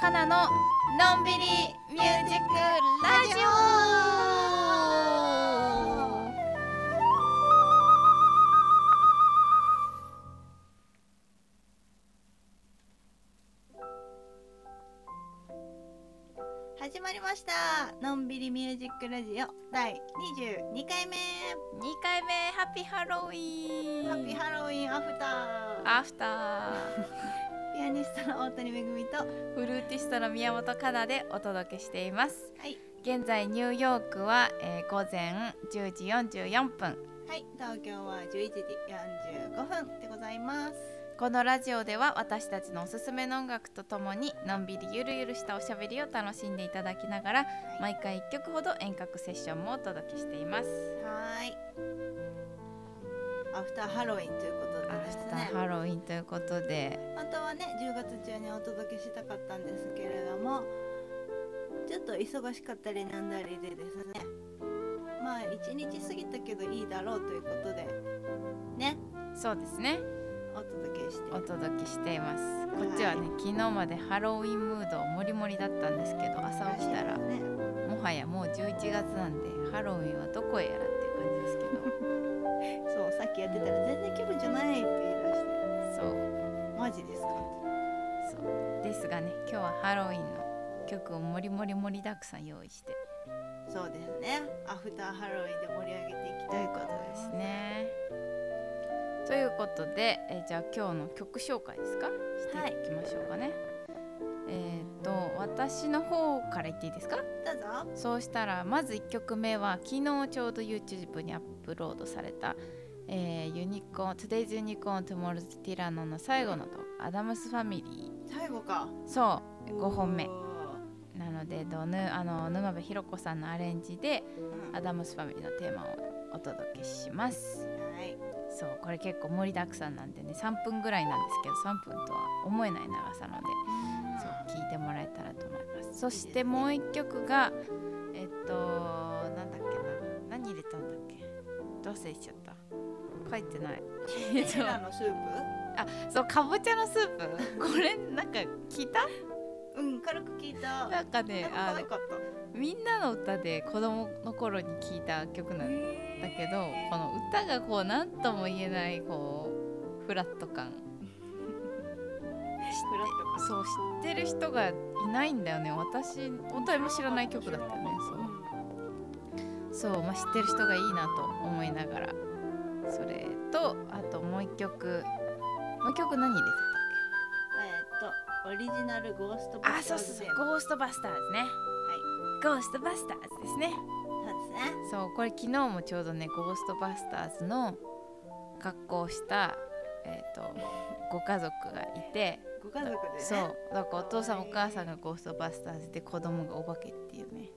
かなののんびりミュージックラジオ始まりましたのんびりミュージックラジオ第22回目二回目ハッピーハロウィーンハッピーハロウィンアフターアフターピアニストの大谷めぐみとはフルーティストの宮本かなでお届けしていますい現在ニューヨークは、えー午前10時44分はい東京は11時45分でございますこのラジオでは私たちのおすすめの音楽とともにのんびりゆるゆるしたおしゃべりを楽しんでいただきながら毎回1曲ほど遠隔セッションもお届けしています。はーいアフターハロウィンということ明でです日ねハロウィンということで、本当はね10月中にお届けしたかったんですけれどもちょっと忙しかったりなんだりでですねまあ1日過ぎたけどいいだろうということでねそうですねお届けしてお届けしています。こっちはねは昨日までハロウィンムードもりもりだったんですけど朝起きたらねもはやもう11月なんでハロウィンはどこへやらっていう感じですけ そうさっきやってたら全然気分じゃないって言い出してどそうマジですかってそうですがね今日はハロウィンの曲をもりもり盛りだくさん用意してそうですねアフターハロウィンで盛り上げていきたいことでですすね。ということで、えーじゃあ今日の曲紹介ですかしていきましょうかね。えっ、と私の方から言っていいですかどうぞそうしたらまず1曲目は昨日ちょうど YouTube にアップロードされた、えーユニコーン「Today's Unicorn Tomorrow's Tyranno」の最後のと「アダムス・ファミリー最後か」そう5本目おーなのでどうぬあの沼部ひろ子さんのアレンジでうんアダムス・ファミリーのテーマをお届けします。はいそうこれ結構盛りだくさんなんでね3分ぐらいなんですけど3分とは思えない長さなので、そう聞いてもらえたらと思いますそしてもう1曲がえっとなんだっけな何入れたんだっけどうせしちゃった書いてない えっテとィラのスーそうかぼちゃのスープ これなんか聞いたプうん軽く聞いたななんんかねかあ可愛のかっみんなの歌で子供の頃に聞いた曲たなへんーだけどこの歌がこう何とも言えないこうフラット感フラットかそう知ってる人がいないんだよね私本当にも知らない曲だったよねそうそう、まあ、知ってる人がいいなと思いながらそれとあともう一曲もう一曲何入れてうんえーっとオリジナルゴーストたバあスタそーうズそうそうテーマゴーストバスターズねゴーストバスターズですねそうですねそうこれ昨日もちょうどねゴーストバスターズの格好をしたえっ、とご家族がいてご家族でねそうだからお父さんお母さんがゴーストバスターズで子供がお化けっていうね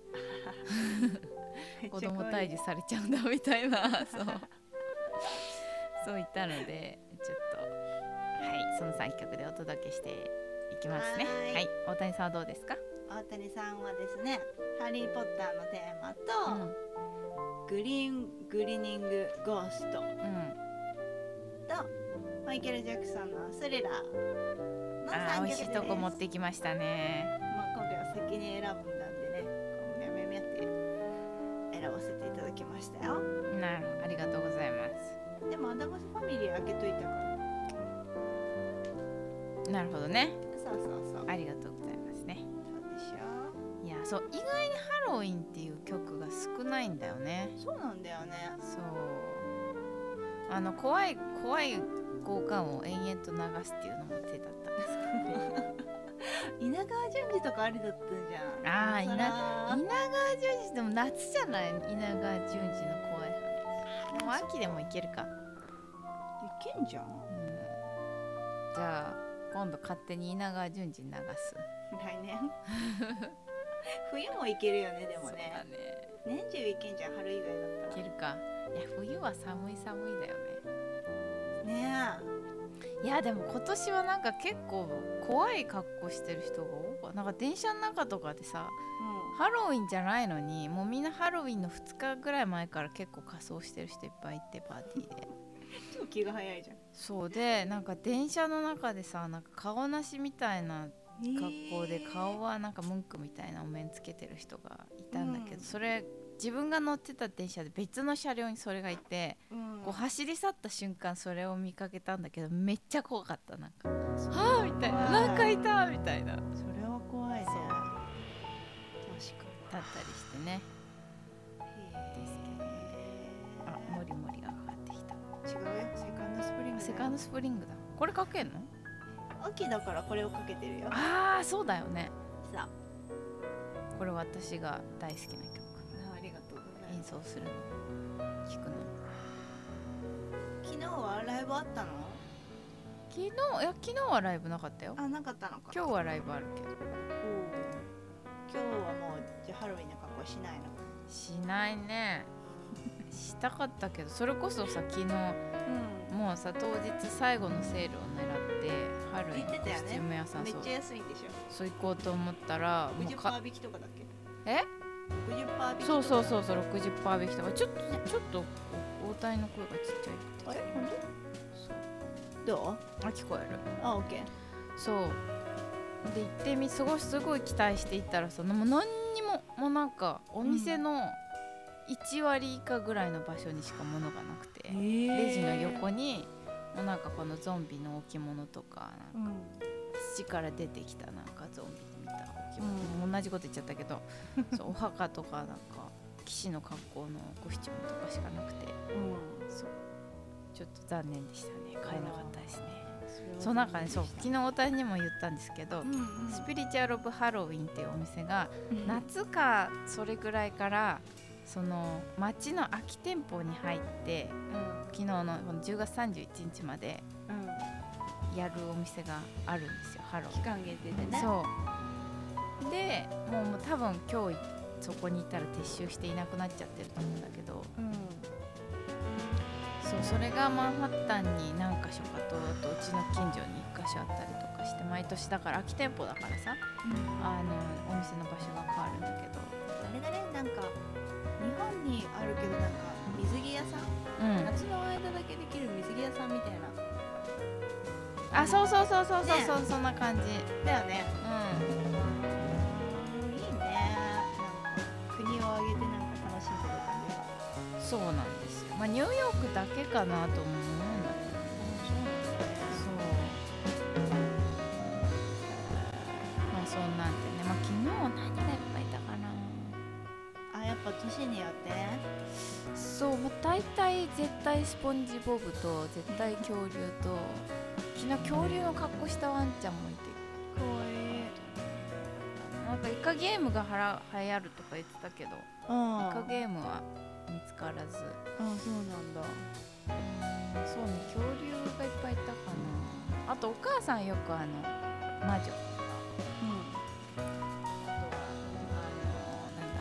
めっ子ちゃ供可愛い退治されちゃうんだみたいなそうそう言ったのでちょっとはいその3曲でお届けしていきますねはーはいい大谷さんはどうですか、大谷さんはですね「ハリー・ポッター」のテーマうと、んグリーン・グリニング・ゴーストうん、とマイケル・ジャクソンの「スリラー」のあー3曲美で味しすいとこ持ってきましたねまあ、今回は先に選ぶんだんでねこうみゃみゃみゃって選ばせていただきましたよなるほどありがとうございまでもアダムスファミリー開けといたからすなるほどねそうそうそうありがとうございますねそうでしょいやそう意外にハロウィンっていう曲が少ないんだよねそうなんだよねそうあの怖い怖い交換を延々と流すっていうのも手だったんです稲川淳二とかありだったじゃんあーそら稲川淳二でも夏じゃない稲川淳二の怖い話でも秋でもいけるか、いけんじゃんうん、じゃあ今度勝手に稲川淳二流す来年冬もいけるよねでもそうだねね年中いけんじゃん春以外だっいたけるかいや冬は寒い寒いだよねらねいやでも今年はなんか結構怖い格好してる人が多かったなんか電車の中とかでさえうんハロウィンじゃないのにもうみんなハロウィンの2日ぐらい前から結構仮装してる人いっぱいいてパーティーで超気が早いじゃんそうでなんか電車の中でさなんか顔なしみたいな格好で顔はなんか文句みたいなお面つけてる人がいたんだけど、うんそれ自分が乗ってた電車で別の車両にそれがいて、こう走り去った瞬間それを見かけたんだけどめっちゃ怖かったなんか「はあ」みたいな「なんかいた」みたいなだっそれは怖いねそう確かたりしてねですけどあモリモリがかかってきたけど違うよセカンドスプリングあセカンドスプリングだこれかけんの秋だからこれをかけてるよあーそうだよねさこれ私が大好きな曲あありがとうござい演ます奏するの聞くの昨日はライブあったの昨日いや昨日はライブなかったよあなかったのか今日はライブあるけどおー今日はもうじゃあハロウィンの格好しないのしないねしたかったけどそれこそさ昨日うもうさ当日最後のセールを狙ってハロウィ言ンってたよねコスチューム屋さんめそっうちゃ安いんでしょそう行こうと思ったらもうか50%引きとかだっけえ50%引きそうそううそうそう60%引きとかちょっとちょっと大谷の声がちっちゃいってあれ本当どうあ聞こえるあオッケーそうで行ってみすごいすごい期待して行ったらさもう何にももうなんかお店の1割以下ぐらいの場所にしか物がなくて、レジの横にもうなんかこのゾンビの置物とかなんかうん土から出てきたなんかゾンビみたいな置物、もう同じこと言っちゃったけどそうお墓とかなんか騎士の格好のコスチュームとかしかなくてうんそうちょっと残念でしたね買えなかったですねそれはその中でそうど昨日大谷にも言ったんですけど、うんうんスピリチュアル・オブ・ハロウィンっていうお店がうん夏かそれぐらいからその町の空き店舗に入ってうん昨日のこの10月31日までうんやるお店があるんですよハロウィ期ン。間限定でねそうでもうもう多分今日そこにいたら撤収していなくなっちゃってると思うんだけどうんそうそれがマンハッタンに何か所かとあとうちの近所に1か所あったりとかして毎年だから空き店舗だからさあのお店の場所が変わるんだけどあれだねなんか日本にあるけどなんか水着屋さんうん夏の間だけできる水着屋さんみたいなあそうそうそうそうそうねそう、そんな感じだよねういいねなんか国を挙げてなんか楽しんでる感じがんそうなんですよまあニューヨークだけかなとも思うんだけどそうまあそんなんでねまあ昨日は何がいっぱいいたかなあやっぱ年によってねそう、まあ、大体絶対スポンジボブと絶対恐竜と昨日恐竜の格好したワンちゃんもいてかわいいなんかイカゲームがはら流行るとか言ってたけどイカあゲームは見つからずあそうなんだうんそうね恐竜がいっぱいいたかなあとお母さんよくあの魔女あとはあのなんだ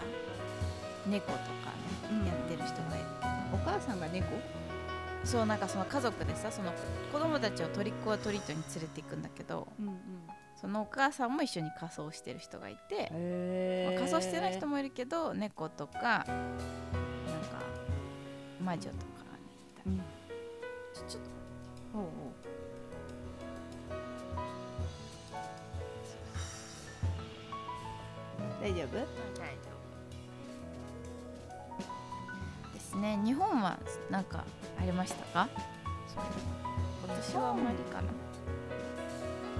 猫とかうね、んやってる人がいるお母さんが猫そうなんかその家族でさその子供たちをトリックオアトリートに連れて行くんだけどうんうんそのお母さんも一緒に仮装してる人がいて、まあへえ仮装してない人ももいるけど猫とかなんか魔女とかねいたうんちょちょっとおう大丈夫ですね日本はなんかありましたか今年はあんまりかな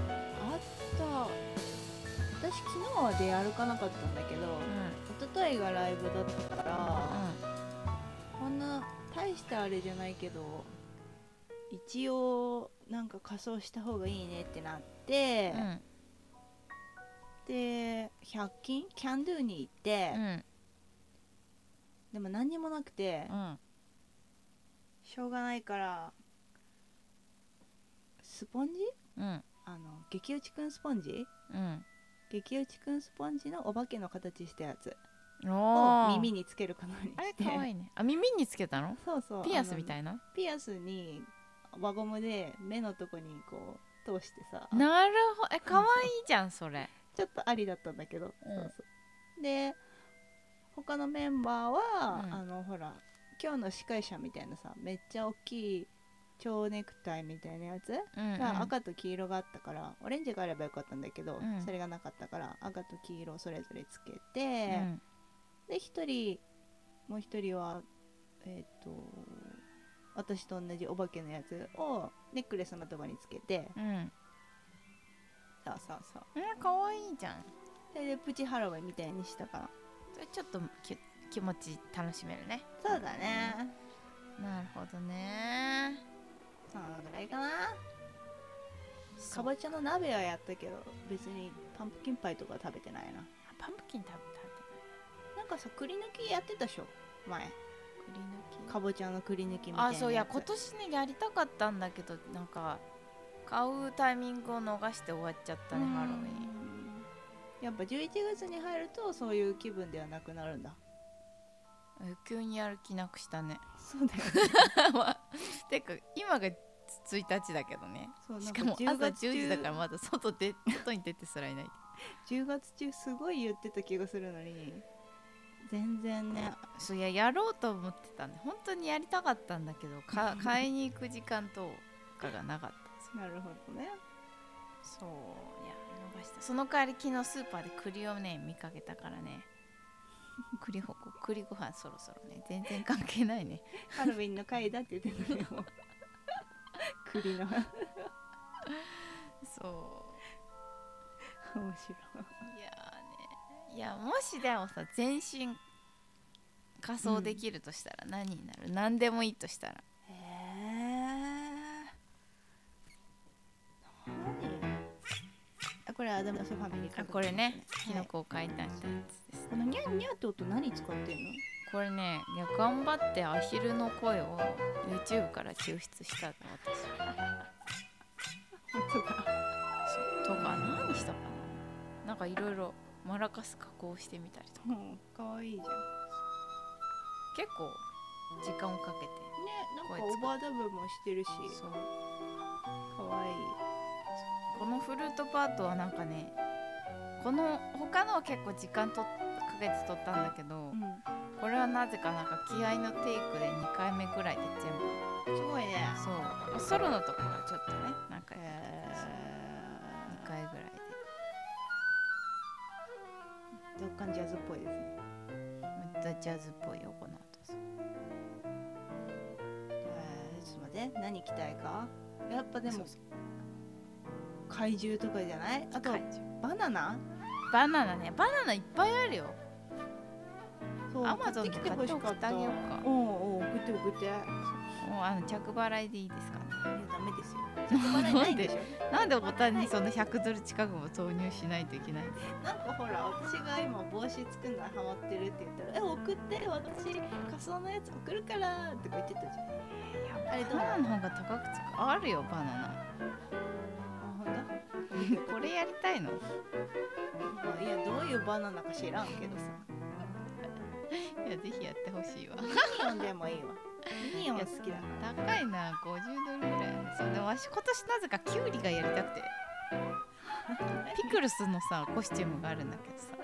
あった私昨日は出歩かなかったんだけど一昨日がライブだったからうこんな大したあれじゃないけど一応なんか仮装した方がいいねってなって、んうんで100均キャンドゥに行って、うんでも何にもなくて、うんしょうがないからスポンジうんあの激落ちくんスポンジうん激落ちくんスポンジのお化けの形したやつうんをおー耳につけることにあれして可愛いねあ耳につけたのそうそうピアスみいたいなピアスに輪ゴムで目のとこにこう通してさなるほどえ可愛いじゃんそれちょっとありだったんだけど、うんそうそうで他のメンバーは、うんあのほら今日の司会者みたいなさめっちゃ大きい蝶ネクタイみたいなやつうんが赤と黄色があったから、オレンジがあればよかったんだけど、うんそれがなかったから赤と黄色をそれぞれつけて、うんで一人もう一人はえっ、と私と同じお化けのやつをネックレスのとこにつけてうんそうそうそううん可愛いじゃんそれでプチハロウィンみたいにしたからそれちょっときゅ気持ち楽しめるねそうだねなるほどねそのぐらいかなそかうぼちゃの鍋はやったけど別にパンプキンパイとか食べてないなパンプキン食べたなんかさくり抜きやってたでしょ前栗抜きかぼちゃのくり抜きみたいなあそういや今つ年ねやりたかったんだけどなんか買うタイミングを逃して終わっちゃったねハロウィンやっぱ11月に入るとそういう気分ではなくなるんだえ急にやる気なくしたねそうだよ、ね、まあてか今が1日だけどね そうしかもなん朝10時だかららまだ 外で外に出てすらいない10月中すごい言ってた気がするのに全然ねそういややろうと思ってたんで本当にやりたかったんだけど か買いに行く時間とかがなかったんですよなるほどねそういや逃したその代わり昨日スーパーで栗をね見かけたからね栗ほこ栗ご飯そろそろね全然関係ないねハロウィンの回だって言ってたのよ 栗の面そう白いやーねいやもしでもさ全身仮装できるとしたら何になる、何でもいいとしたらいへえあこれアダムスファミリーかあこれねキノコを描いたみたいなやつです、このニャンニャンって音何使ってんのこれねいや頑張ってアヒルの声を YouTube から抽出したの私本当だそうとか何したかななんかいろいろマラカス加工してみたりとかうんかわいいじゃん結構時間をかけてねなんこいかつオーバーダブもしてるしそうかわいいこのフルートパートはなんかねこの他のは結構時間とかけて撮ったんだけど、うこれはなぜかなんか気合のテイクで2回目ぐらいで全部んすごいねそうソロのとこがちょっとねなんか2え回ぐらいでー、若干ジャズっぽいですねめっちゃジャズっぽいよこの後そうえー、ちょっと待って何着たいかやっぱでそもうそう怪獣とかじゃないあと怪獣バナナバナナねバナナいっぱいあるよそうアマゾン買でってきて買って欲し送かっってたあげようかおうおう送って送っていやもうあの着払いでいいですかねダメ ですよ着払いないんでしょなんでボタンにその100ドル近くも投入しないといけないんですなんかほら私が今帽子作るのハマってるって言ったら「え送って私仮装のやつ送るから」とか言ってたじゃんかあれどうバなナナのの方が高くつくあるよバナあほんとナこれやりたいのいまあいやどういうバナナか知らんけどさやぜひやってほしいわミニオンでもいいわミニオン好きだから高いな50ドルぐらいそうでもわし今年なぜかキュウリがやりたくてピクルスのさコスチュームがあるんだけどさ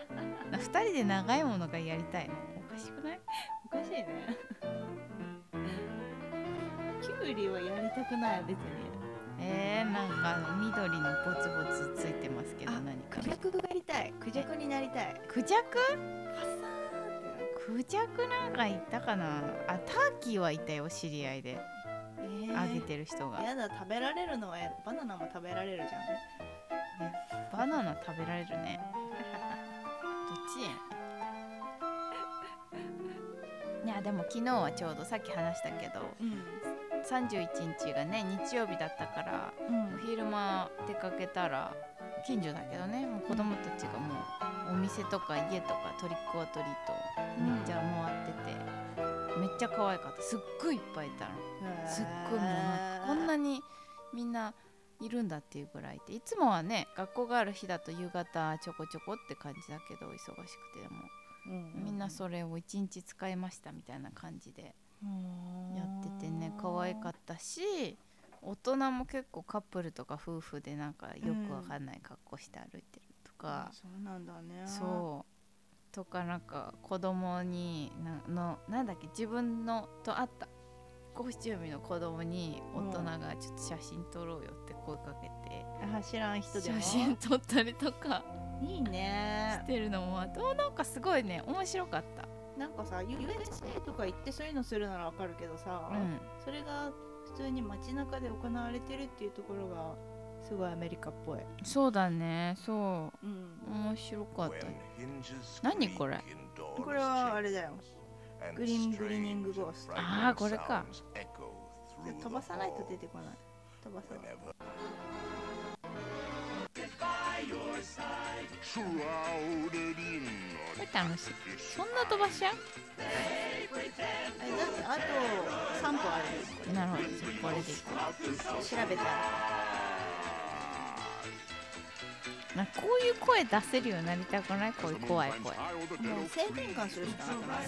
な2人で長いものがやりたいのおかしくないおかしいねキュウリはやりたくない別にえー、なんかあの緑のボツボツついてますけどあ何かクジャクがやりたいクジャクになりたいクジャクパサーンってなるクジャクなんかいたかなあターキーはいたよ知り合いでえーあげてる人が、やだ食べられるのはやだバナナも食べられるじゃんバナナ食べられるねどっちやいやでも昨日はちょうどさっき話したけどうん31日がね日曜日だったからうん昼間出かけたら近所だけどねもう子供たちがもうお店とか家とかトリックオアトリートめっちゃ回ってて、めっちゃ可愛かったすっごいいっぱいいたの。すっごいもうなんかこんなににみんないるんだっていうぐらいでいつもはね学校がある日だと夕方ちょこちょこって感じだけど忙しくてもみんなそれを一日使いましたみたいな感じでやっててね可愛かったし大人も結構カップルとか夫婦でなんかよくわかんない格好して歩いてるとか、そうなんだねそうとかなんか子供になのなんだっけ自分のと会った越し中日の子供に大人がちょっと写真撮ろうよって声かけて、あ知らん人でも写真撮ったりとかいいねしてるのもあっておなんかすごいね面白かった。なんかさ USA とか行ってそういうのするならわかるけどさ、うんそれが普通に街中で行われてるっていうところがすごいアメリカっぽい、そうだねそうんう、面白かった何何ここれれこれはあれだよグリーングリーニングゴーストあーこれか飛ばさないと出てこない飛ばさない Shrouded in これ楽しいそんな飛ばし屋えだってあと3歩あなるほどじゃあこれでいくる調べたらなんかこういう声出せるようになりたくないこういう怖い声もう性転換するしかなくない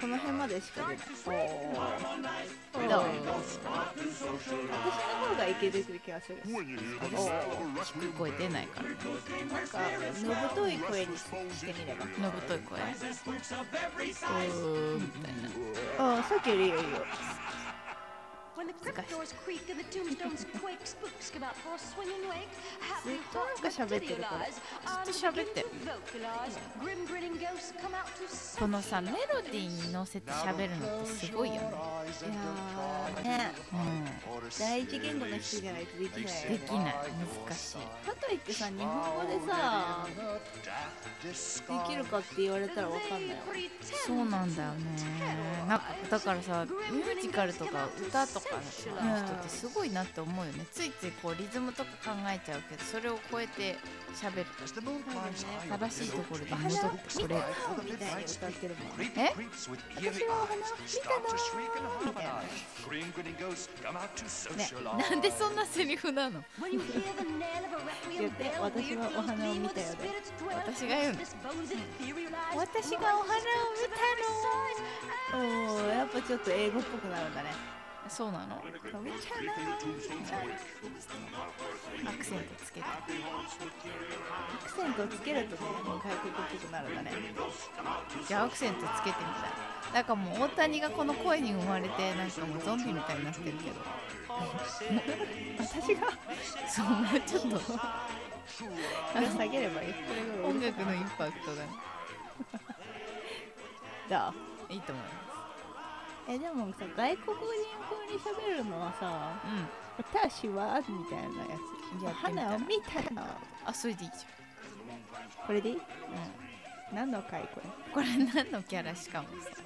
この辺までしか出ないどうどう私の方がいけてる気がする低い声出ないからなんかのぶとい声にしてみればのぶとい声うーんみたいなああさっきよりいいよいいよ When the crypt doors creak and the tombstones quake, spooks give out for a swinging wake. Happy thoughts ずっとなんか喋ってるから。ずっと with video lies are 喋って beginning to vocalize. Grim grinning ghosts come out to この sing. さメロディーに乗せて喋るのってすごいよね、いやーねう第一言語の人じゃないとできないん、できない難しいかといってさ日本語でさできるかって言われたらわかんないわ Pretend そうなんだよねなんかだからさミュージカルとか歌とかの人ってすごいなって思うよねついついこうリズムとか考えちゃうけどそれを超えて喋る正しいところで戻ってくれるみたいに歌ってるもんえねなんでそんなセリフなの When you hear the knell of a requiem 絶対 bell, 私 weird はお ghouls 花を gleam 見 with たよね the spirits dwell. 私が言うの This bones etherealized. 私がお花を見たのおーやっぱちょっと英語っぽくなるんだねそうなの飛びちゃうアクセントつけてアクセントをつけるとねもう外国っぽくなるんだねじゃあアクセントつけてみたいなんかもう大谷がこの声に生まれてなんかもうゾンビみたいになってるけど私がそうもうちょっとこれ下げればいいこれが音楽のインパクトがねだいいと思いまえでもさ外国人風に喋るのはさす私うんはみたいなやつやってみたら花を見たらあそれでいいじこれでいいゃん、う何の回これん、これ何のキャラしかもさ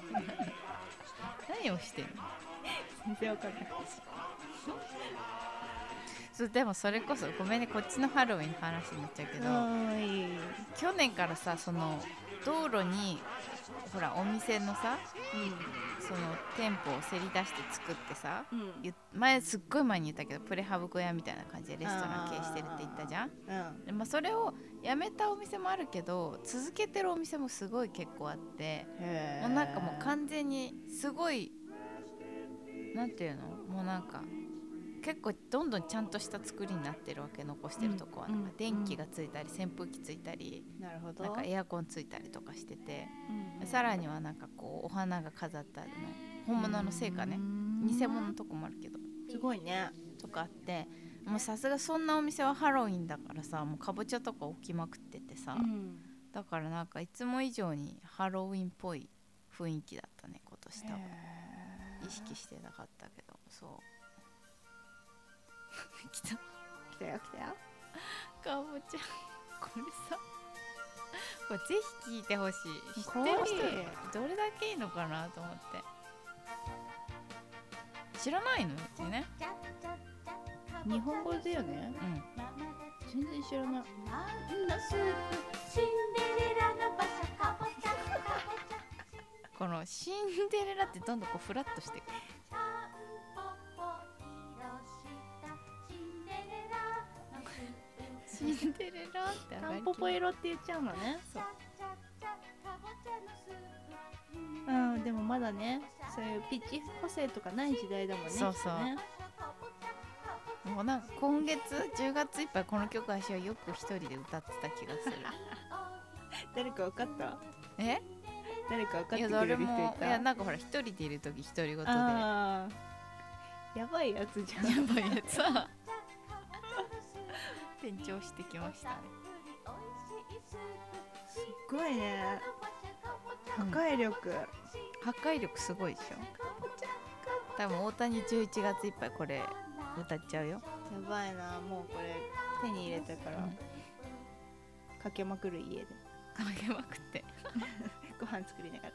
何をしてんの全然わかんないそうでもそれこそごめんねこっちのハロウィンの話になっちゃうけど、うんいいうん去年からさその道路にほらお店のさその店舗をせり出して作ってさうんゆ前すっごい前に言ったけどプレハブ小屋みたいな感じでレストラン経営してるって言ったじゃんうんで、まあ、それをやめたお店もあるけど続けてるお店もすごい結構あってへーもうなんかもう完全にすごいなんていうのもうなんか結構どんどんちゃんとした作りになってるわけ残してるとこは、うんなんか電気がついたり扇風機ついたり、なるほどなんかエアコンついたりとかしてて、うんうんさらにはなんかこうお花が飾ったの本物の成果ね偽物のとこもあるけどすごいねとかあってもうさすがそんなお店はハロウィンだからさもうかぼちゃとか置きまくっててさ、うんだからなんかいつも以上にハロウィンっぽい雰囲気だったね今年多分。へー意識してなかったけどそう 来た来たよ来たよかぼちゃ これさこれぜひ聞いてほしい知っ可て愛いる人どれだけいいのかなと思って知らないのってね日本語だよねうん全然知らないなんのスープシンデレラの馬車かぼちゃかぼちゃこの「シンデレラ」ってどんどんこうフラッとしてくるタンポポ色したシンデレラのスー「プシンデレラ」ってタ上がンりポポきり色って言っちゃうのねチャチャチャかぼちゃのスープうんうんでもまだねそういうピッチ補正とかない時代だもんねそうそきっうとねもうなんか今月10月いっぱいこの曲私はよく一人で歌ってた気がする誰か分かったえ誰か分かっいやてくそれれる人いもいたやなんかほら一人でいる時独り言でやあーやばいやつじゃんばいやつは転調してきましたねすごいねう破ん壊力、破壊力すごいでしょ多分大谷11月いっぱいこれ歌っちゃうよやばいなもうこれ手に入れたから、うんかけまくる家でかけまくってご飯作りながら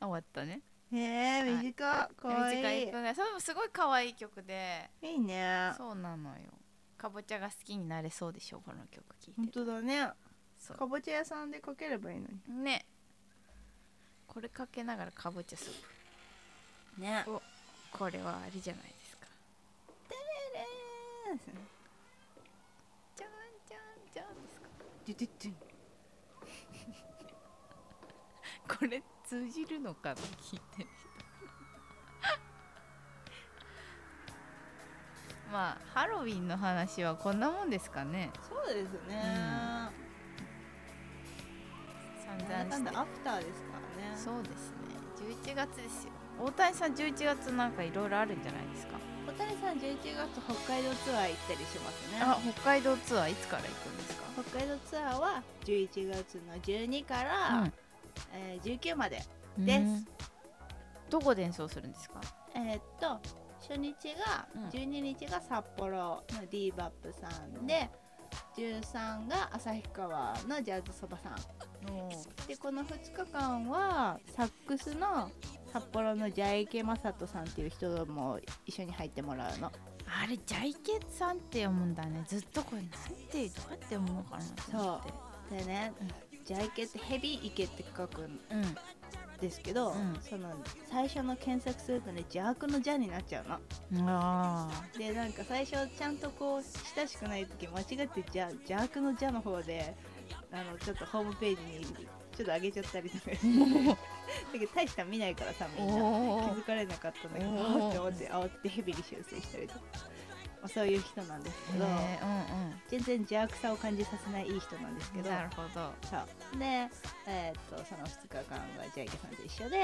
終わったねえー、はい短っかわ短いいい1分ぐらいそれもすごい可愛い曲でいいねそうなのよかぼちゃが好きになれそうでしょこの曲聴本いて当だねそかぼちゃ屋さんでかければいいのにうねこれかけながらかぼちゃスーねプこれはあれじゃないですかじゃんじゃんじゃんですかドゥドゥドゥンこれ通じるのかな聞いてる人まあハロウィンの話はこんなもんですかねそうですね、散なんだ々かしんてだアフターですからねそうですね11月ですよ大谷さん11月なんかいろいろあるんじゃないですか小谷さん11月北海道ツアー行ったりしますねあ北海道ツアーいつから行くんですか北海道ツアーは11月の12から、えー19までうんですうんどこで演奏するんですかえーっと初日が、うん12日が札幌の d バップさんで13が旭川のジャズそばさんでこの2日間はサックスの札幌のジャイケマサトさんっていう人も一緒に入ってもらうのあれジャイケさんって読むんだねずっとこれなんてどうやって読むのかなと思ってでね、ジャイケってヘビーイケって書くんうんですけど、うんその最初の検索するとね邪悪の邪になっちゃうのああでなんか最初ちゃんとこう親しくない時間違って邪邪悪の邪の方であのちょっとホームページにちょっと上げちゃったりとかしてだけど大した見ないからさみんな気おづかれなかったんだけどおーあーって思って慌ててヘビに修正したりとか、まあ、そういう人なんですけどえ全然邪悪さを感じさせないいい人なんですうんけうどんなるほど、そうで、えーっとその2日間がジャイケさんと一緒で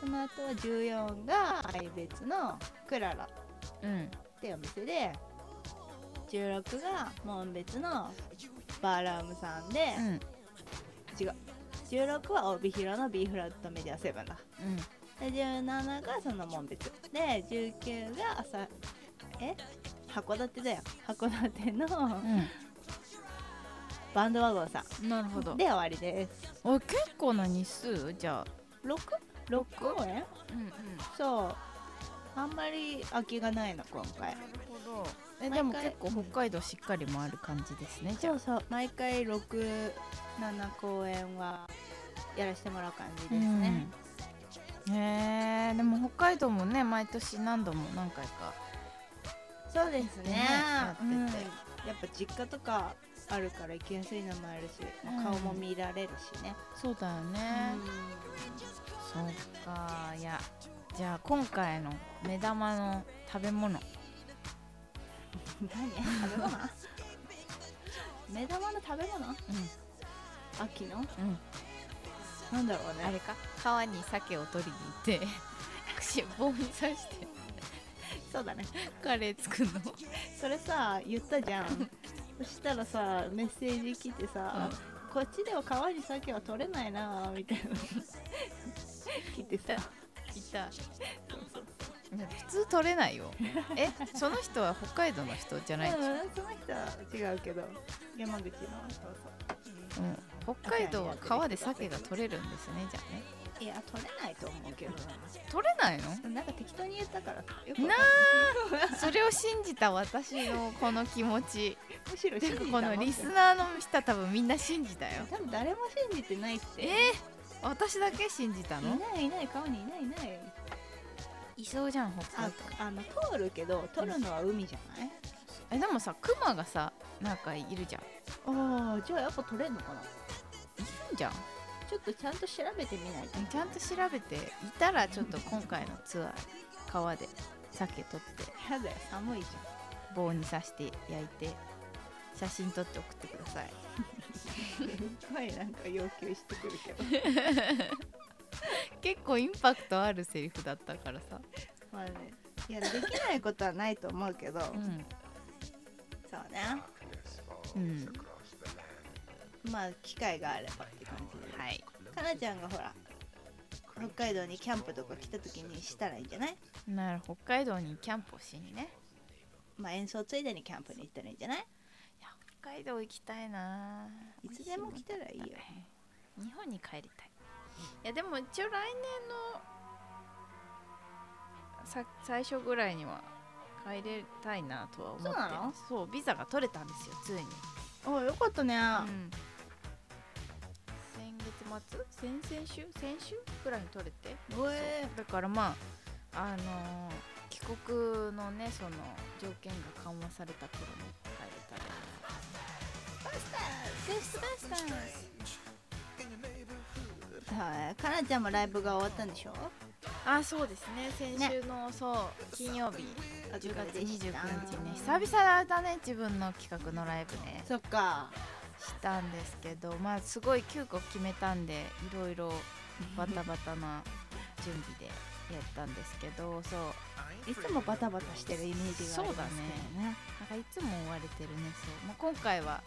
その後は14が愛別のクララうんうんってお店で16が門別のバーラームさんで、うん違う16は帯広の B フラットメディアセブンだうんで17がその門別で19が朝え函館だよ函館のバンドワゴンさんうんなるほどで終わりですお結構な日数じゃあ 6?6 公演うんうんそうあんまり空きがないの今回なるほどえでも毎回結構北海道しっかり回る感じですねじゃそうそう毎回67公演はやらせてもらう感じあですね、うんへえでも北海道もね毎年何度も何回かそうですねねやっててうんやっぱ実家とかあるから行きやすいのもあるし、まあうん顔も見られるしね、そうだよね、そうかいやじゃあ今回の目玉の食べ物何食べ物目玉の食べ物う秋のんうんなんだろうあねれか川に鮭を取りに行って串を棒に刺してそうだねカレー作るのそれさ言ったじゃんそしたらさメッセージ来てさ、こっちでは川に鮭は取れないなみたいな来てさいた普通取れないよえその人は北海道の人じゃうなんいでしょ、その人は違うけど山口のそうそううん北海道は川で鮭が取れるんですねじゃあねいや取れないと思うけど取れないのななんか適当に言ったからさよくわかんなないあそれを信じた私のこの気持 ちむしろて信じいたうのかこのリスナーの人多分みんな信じたよ多分誰も信じてないってえー、私だけ信じたいのないいない川にいないいないいそうじゃん北あ海道あの通るけど取るのは海じゃないえでもさクマがさなんかいるじゃんいああじゃあやっぱ取れんのかなるじゃんちょっとちゃんと調べてみないとちゃんと調べていたらちょっと今回のツアー川で鮭取ってやだよ寒いじ棒に刺して焼いて写真撮って送ってくださいすごいなんか要求してくるけど結構インパクトあるセリフだったからさ、まあねいやできないことはないと思うけど、うん、そうねうんまあ機会があればって感じはいかなちゃんがほら北海道にキャンプとか来た時にしたらいいんじゃないなる北海道にキャンプをしにねまあ演奏ついでにキャンプに行ったらいいんじゃないいや北海道行きたいないつでも来たらいいよ日本に帰りたいいやでも一応来年のさ最初ぐらいには帰れたいなとは思ってそうなのそうビザが取れたんですよついに、およかったね、うん先月末先々週先週ぐらいに取れてうえだからまああのー帰国のねその条件が緩和された頃に帰れたらはい、かなちゃんもライブが終わったんでしょあそうですね先週の、そう金曜日お疲10月れ29で日したね久々だね自分の企画のライブねそっかしたんですけどまあすごい急遽決めたんでいろいろバタバタな準備でやったんですけどそういつもバタバタしてるイメージがありますけどねなんかいつも追われてるねそう、まあ、今回は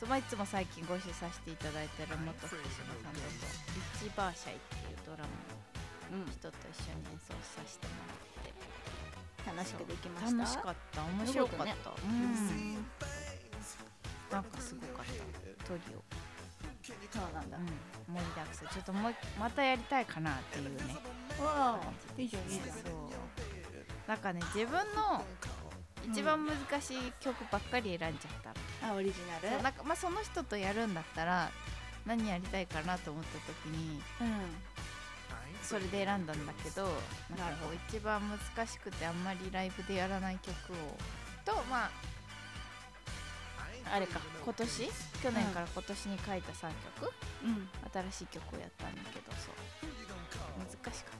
そう、まあ、いつも最近ご一緒させていただいてる元福島さんだと「リッチバーシャイ」っていうドラマの人と一緒に演奏させてもらって楽しくできました楽しかった面白かったようんなんかすごかったトリオ、そうなんだうん、盛りだくさんちょっともうまたやりたいかなっていうねわあ感いいじゃんいいじゃんそうなんかね自分の一番難しい曲ばっかり選んじゃったあオリジナそうルなんかまあその人とやるんだったら何やりたいかなと思った時にうそれで選んだんだけどななんるかほこどう一番難しくてあんまりライブでやらない曲をとまああれか今年去年から今年に書いた3曲、んうん新しい曲をやったんだけどそう難しか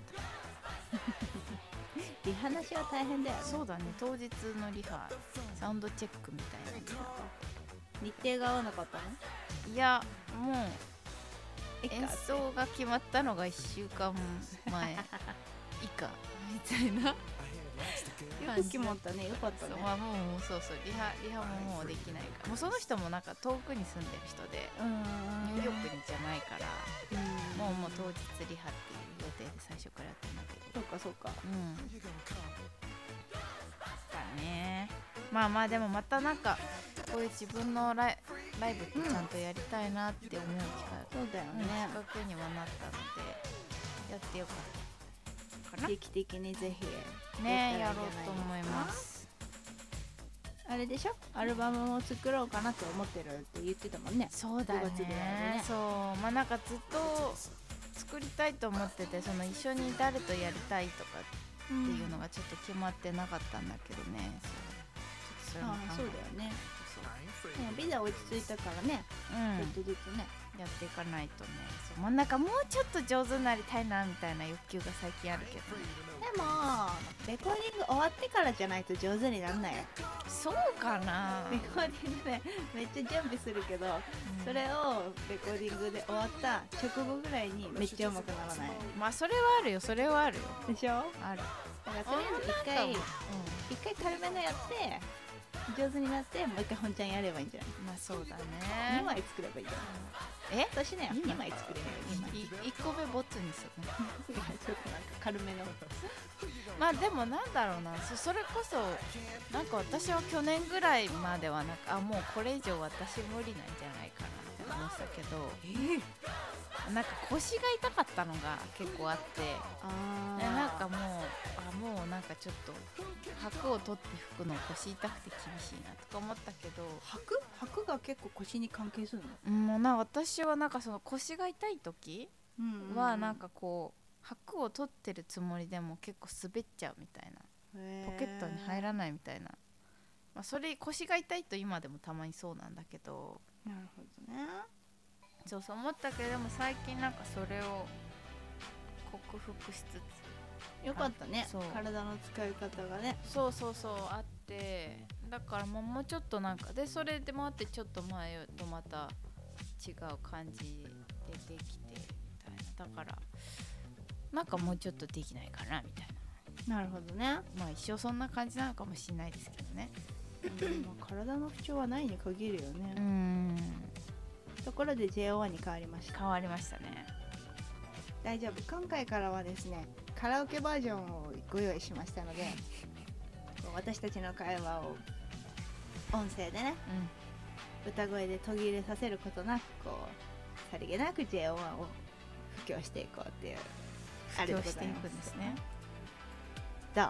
っリハなしは大変だよねたそうだね当日のリハサウンドチェックみたいなのが日程が合わなかったのいやもうえ演奏が決まったのが1週間前以下みたい なよく決まったねよかったそうねまあもうもうそうそうリハリハももうできないからもうその人もなんか遠くに住んでる人でうんニューヨークにじゃないからうんもうもう当日リハっていう予定で最初からやってんだけそどっかそっかうんだねまあまあでもまたなんかこういう自分のライライブってちゃんとやりたいなって思う機会がそうだよね、ね企画にはなったのでやってよかったか定期的にぜひなねやできたらいいんじゃないろうと思いますあれでしょアルバムを作ろうかなと思ってるって言ってたもんねそうだね5月ぐらいでねそうまあなんかずっと作りたいと思っててその一緒に誰とやりたいとかってっていうのがちょっと決まってなかったんだけどね、そうちょっとそれもああ考そうえだよねそうでもビザ落ち着いたからねうんちょっとずつねやっていかないとねそうまあなんかもうちょっと上手になりたいなみたいな欲求が最近あるけどねでもレコーディング終わってからじゃないと上手にならないよそうかな、レコーディングねめっちゃ準備するけどうんそれをレコーディングで終わった直後ぐらいにめっちゃうまくならないまあそれはあるよそれはあるよでしょあるだからとりあえずう一回一回軽めのやって上手になってもう一回本ちゃんやればいいんじゃないんまあそうだ2ね枚作ればいいんじゃないえ私ね二2枚枚作ればいい2枚い1個目ボツにするねちょっとなんか軽めのまあでもなんだろうなそそれこそなんか私は去年ぐらいまではなんかあもうこれ以上私無理なんじゃないかなって思ってたけど、なんか腰が痛かったのが結構あってあでなんかもうあもうなんかちょっと白を取って吹くの腰痛くて厳しいなとか思ったけど白白が結構腰に関係するのもうな私はなんかその腰が痛い時うんはなんかこう白を取ってるつもりでも結構滑っちゃうみたいなポポケットに入らないみたいな、まあ、それ腰が痛いと今でもたまにそうなんだけどなるほどねそうそう思ったけどでも最近なんかそれを克服しつよかったねそう体の使い方がねつそうそうそうあっってだからもうもうちょっとなんかでそれでもあってちょっと前とまた違う感じでできてみたいなだからなんかもうちょっとできないかなみたいなるほどねなまあ一生そんな感じなのかもしれないですけどねうんまあ体の不調はないに限るよね、んところで JO1 に変わりました変わりましたね大丈夫今回からはですねカラオケバージョンをご用意しましたのでこう私たちの会話を音声でねう歌声で途切れさせることなくこうさりげなく JO1 を布教していこうっていうんあれで布ご教しざていいますくんですねど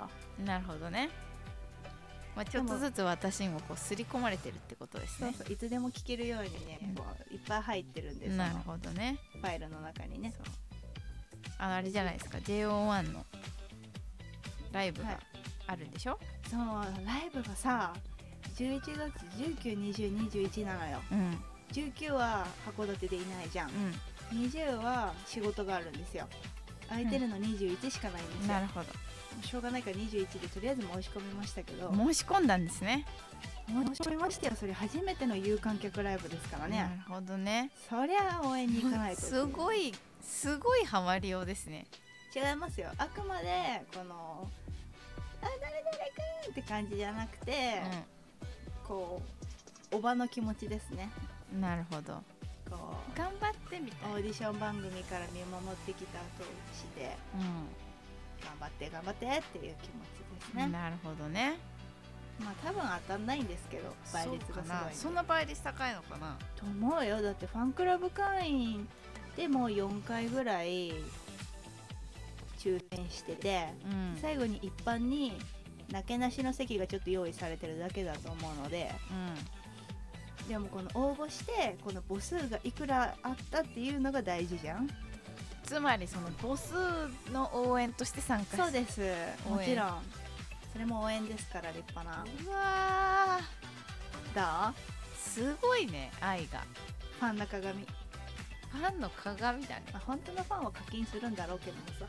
うなるほどねまあちょっとずつ私にもこう刷り込まれてるってことですそうねそういつでも聴けるようにね、うんこういっぱい入ってるんですなるほどねファイルの中にねそうああれじゃないですか JO1 のライブがあるんでしょ、そうライブがさ11月192021なのようん19は函館でいないじゃん20は仕事があるんですよ空いてるの21しかないんでうんすよな、るほしょうがないから21でとりあえず申し込みましたけどど申し込んだんですね申し込みましたよそれ初めての有観客ライブですからなね、るほどねそりゃ応援に行かないとすごいすごいハマりようですね違いますよあくまでこの「あ誰々くん!」って感じじゃなくて、こうおばの気持ちですねうんなるほどこう頑張ってみたオいなーディション番組から見守ってきた後押しで頑張って頑張ってっていう気持ちですうねん、なるほどねまあ多分当たんないんですけど倍率そうがかすなごいそんな倍率高いのかなと思うよだってファンクラブ会員でもう4回ぐらい抽選してて、うん最後に一般になけなしの席がちょっと用意されてるだけだと思うのででもこの応募してこの母数がいくらあったっていうのが大事じゃんつまりその母数の応援として参加そうすですも応援ちろんそれも応援ですから立派なうわだーすごいね愛がファンの鏡、まファンの鏡だねあ、本当のファンは課金するんだろうけどもさ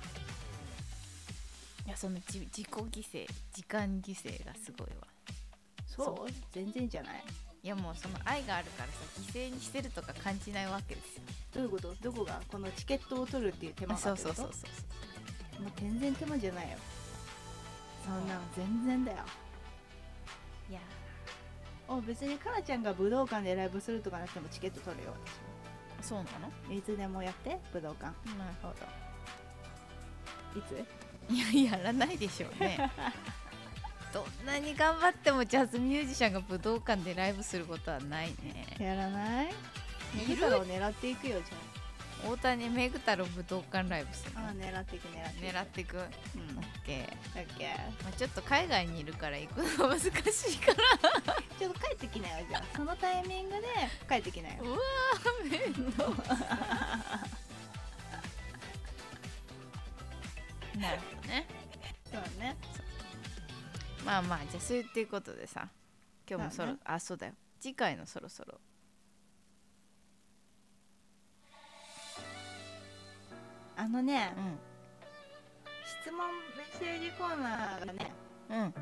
いやそのじ自己犠牲時間犠牲がすごいわそう全然じゃないいやもうその愛があるからさ犠牲にしてるとか感じないわけですよどういうことどこがこのチケットを取るっていう手間がそうってそこうとそうそうもう全然手間じゃないよそんなの全然だよいやお別にかなちゃんが武道館でライブするとかなくてもチケット取るよそうなの私いつでもやって武道館なるほいつどいややらないでしょう ねどんなに頑張ってもジャズミュージシャンが武道館でライブすることはないねやらないいメるグタロを狙っていくよじ大谷めぐたろ武道館ライブするゃあああ狙っていく狙っていく狙っていくオッうんだっケー、けまあ、ちょっと海外にいるから行くの難しいから ちょっと帰ってきなよじゃあそのタイミングで帰ってきなようわーめんどくさいなるほどねそうねまあまあじゃあそういうっていうことでさ今日もそろ、まあねあそうだよ次回のそろそろあのねう質問メッセージコーナーがねんうん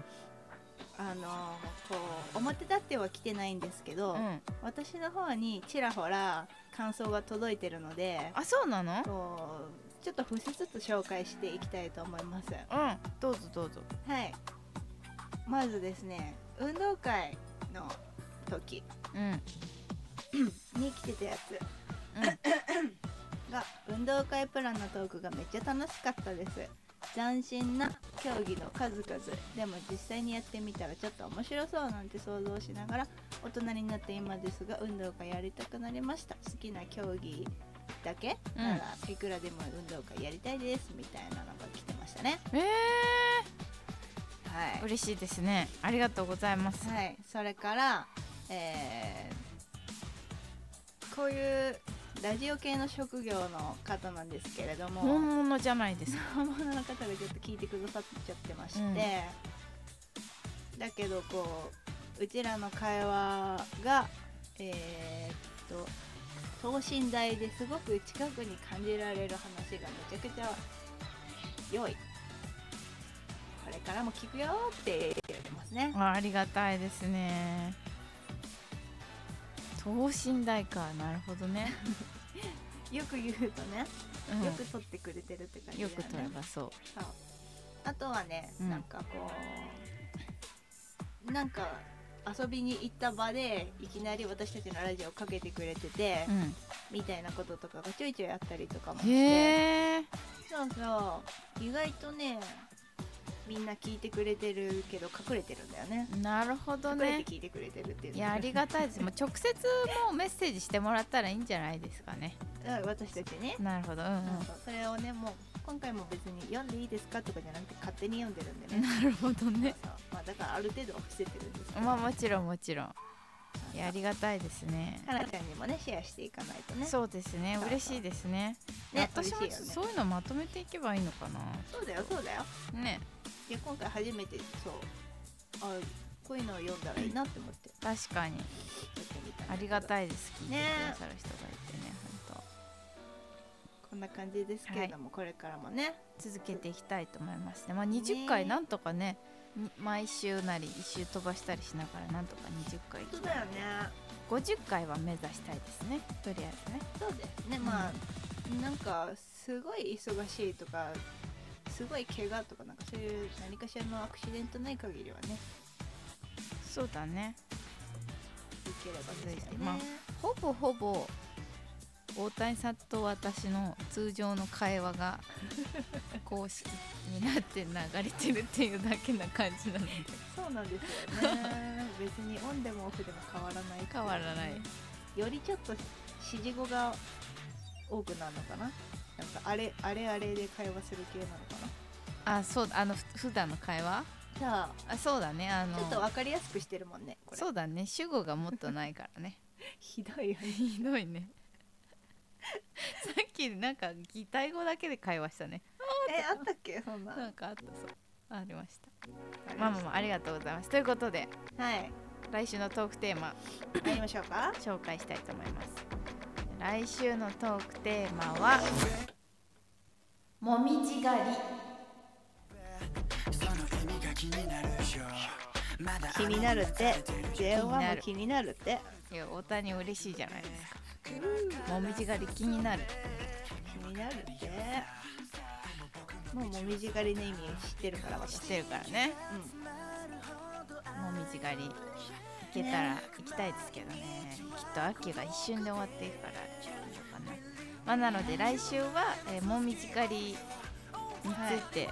あのこう表立っては来てないんですけど、うん私の方にちらほら感想が届いてるのであそうなのこうちょっと伏せつつ紹介していきたいと思いますうんどうぞどうぞはいまずですね運動会の時うんうんに来てたやつが運動会プランのトークがめっちゃ楽しかったです斬新な競技の数々でも実際にやってみたらちょっと面白そうなんて想像しながら大人になって今ですが運動会やりたくなりました好きな競技だけうんならいくらでも運動会やりたいですみたいなのが来てましたねえはー、嬉しいですねありがとうございます、はい、それから、えーこういうラジオ系の職業の方なんですけれども、本物じゃないですか本物の方がちょっと聞いてくださっちゃってまして、うんだけどこううちらの会話がえーっと等身大ですごく近くに感じられる話がめちゃくちゃ良いこれからも聞くよって言ってますねあありがたいですね等身大かなるほどね、よく言うとね、うんよく撮ってくれてるって感じだよよねく取ればそうそうあとはね、うんなんかこうなんか遊びに行った場でいきなり私たちのラジオをかけてくれてて、うみたいなこととかがちょいちょいあったりとかもしん、てへえそうそう意外とねみんな聞いてくれてるけど隠れてるんだよねなるほど隠れねて聞いてくれてるっていういやありがたいですもう直接もうメッセージしてもらったらいいんじゃないですかねうん私たちね、なるほどうん、うん、そうそれをねもう今回も別に読んでいいですかとかじゃなくて勝手に読んでるんでねなるほどねそうそうまあ、だからある程度は伏せてるんですけどまあもちろんもちろんいやあやりがたいですねかなちゃんにもねシェアしていかないとねそうそうですねそうそう嬉しいですねね私も嬉しいよねそういうのまとめていけばいいのかなだよそうだよねで今回初めてそうあこういうのを読んだらいいなって思って確かにやってみたんだけどありがたいです聞いてねくださる人がいてね本こんな感じですけれども、これからもね当続けていきたいと思いますねまあ20回ねなんとかねに毎週なり1週飛ばしたりしながらなんとか20回いきたい50回は目指したいですねとりあえずねそうですねまあ、なんかすごい忙しいとかすごい怪我とかなんかそういう何かしらのアクシデントない限りはねそうだねいければですよまあねほぼほぼ大谷さんと私の通常の会話 が公式になって流れてるっていうだけな感じなのでそうなんですよね別にオンでもオフでも変わらないっていう変わらないよりちょっと指示語が多くなるのかななんかあれあれあれで会話する系なのかあそうだあのふ普段の会話なじゃあそうだねああのちょっと分かりやすくしてるもんねこれそうだね主語がもっとないからねひどいよねひどいねさっきなんか擬態語だけで会話したねえあったっけそんななんかあったそうありましたまあまあまあありがとうございますということではい来週のトークテーマやりましょうか紹介したいと思います来週のトークテーマはもみじ狩り気になるってに JO1 なもる気になるっていや大谷嬉しいじゃないですかもみじ狩り気になる気になるってもうもみじ狩りの意味知ってるから知私ってるからねうんもみじ狩り行けたら行きたいですけどねきっと秋が一瞬で終わっていくからちょっといいのかなまあなので来週は、えーもみじ狩りについて、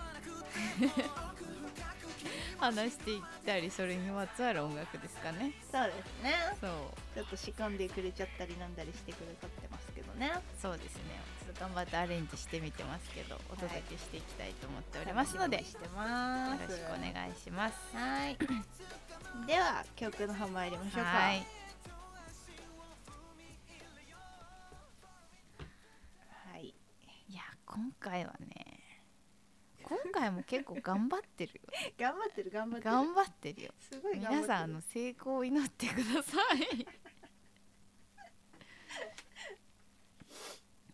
話していったりそれにまつわる音楽ですかねそうですねそうちょっと仕込んでくれちゃったりなんだりしてくださってますけどねそうですねちょっと頑張ってアレンジしてみてますけどお届けしていきたいと思っておりますので、楽よしみにしてますろしくお願いしますはい。 では曲の方参りましょうか。はいはい。いや今回はね今回も結構頑張ってるよ頑張ってる頑張ってる。 頑張ってるよすごい頑張ってる。皆さんあの成功を祈ってください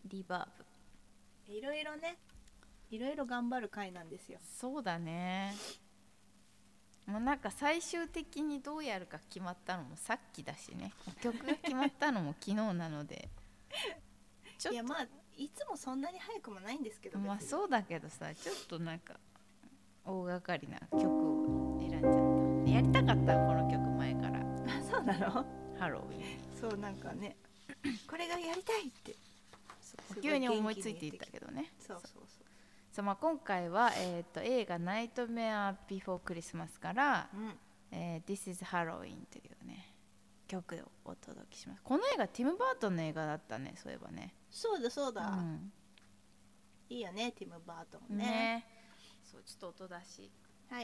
リバーブいろいろね、いろいろ頑張る回なんですよ。そうだねもうなんか最終的にどうやるか決まったのもさっきだしね曲が決まったのも昨日なのでちょっいとやまあいつもそんなに早くもないんですけど。まあ別にそうだけどさちょっとなんか大掛かりな曲を選んじゃったやりたかったこの曲前からあ そうなの？ハロウィンそうなんか ね、これがやりたいって。すごい急に思いついていったけどねそうそうそう。そう、まあ、今回は、えー、と映画「ナイトメア・ビフォー・クリスマス」からうん。 「えー This is Halloween」というね曲をお届けしますこの映画ティム・バートンの映画だったねそういえばねそうだそうだ。うんいいよねティムバートンね。ねそうちょっと音出し は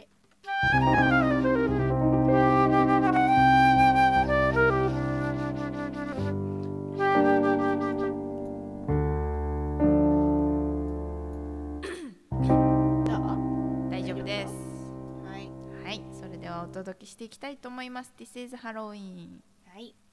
い。どう大丈夫ですはい。はいそれではお届けしていきたいと思います This is Halloween はい。 「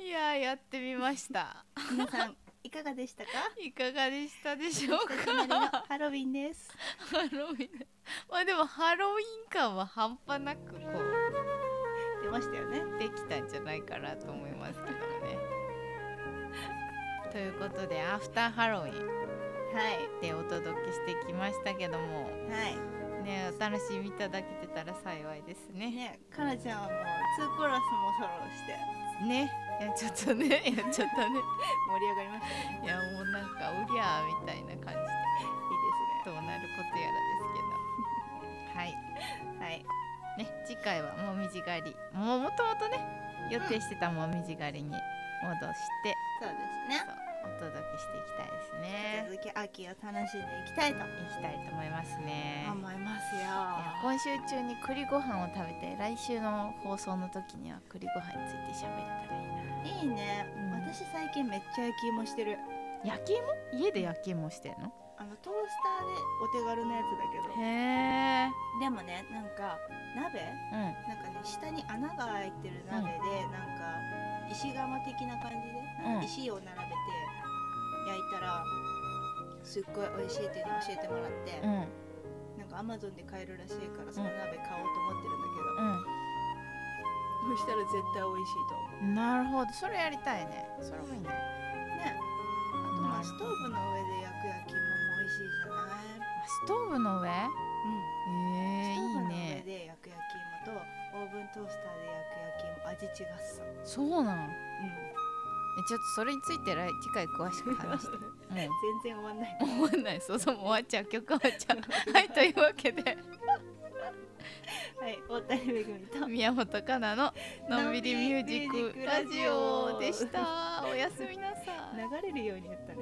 ーや ってみました皆さんいかがでしたかいかがでしたでしょうか久しぶりのハロウィンですハロウィンまあでもハロウィン感は半端なくこ出ましたよねうできたんじゃないかなと思いますけどねということでアフターハロウィンはでお届けしてきましたけどもいはねお楽しみいただけてたら幸いですいねねかなちゃんはもうツーコーラスもソロしてねやっちゃったね やっちゃったね盛り上がりましたねいやもうなんかうりゃーみたいな感じでいどうなることやらですけどはいいですねはいね次回はもみじ狩りもうもともとね予定してたもみじ狩りに戻して、そうですねそうお届けしていきたいです引ねき続き秋を楽しんでいきたいといきたいと思いますね思いますよいや今週中に栗ご飯を食べて来週の放送の時には栗ご飯について喋れたらいいいいね、うん私最近めっちゃ焼き芋してるな焼き芋家で焼き芋してんのあのトースターでお手軽なやつだけどへえでもねなんか鍋うんなんかね下に穴が開いてる鍋で、なんか石窯的な感じで、うん石を並べて焼いたらすっごい美味しいっていうのを教えてもらって、うんなんかアマゾンで買えるらしいからその鍋買おうと思ってるんだけど、そしたら絶対美味しいと思ううんなるほどそれやりたいねそれもいいねねあとまなあるスほトどーブの上で焼く焼き芋も美味しいじゃないあストーブの上えうんえストーいいブの上ねで焼く焼き芋とオーブントースターで焼く焼き芋味違っさそうなんうえちょっとそれについて来次回詳しく話してもん全然終わんないう終わんないそうそうもう終わっちゃう曲終わっち ゃうはいというわけではい大谷めぐみと宮本かなののんびりミュージックラジオ でしたおやすみなさ流いれるようにやったね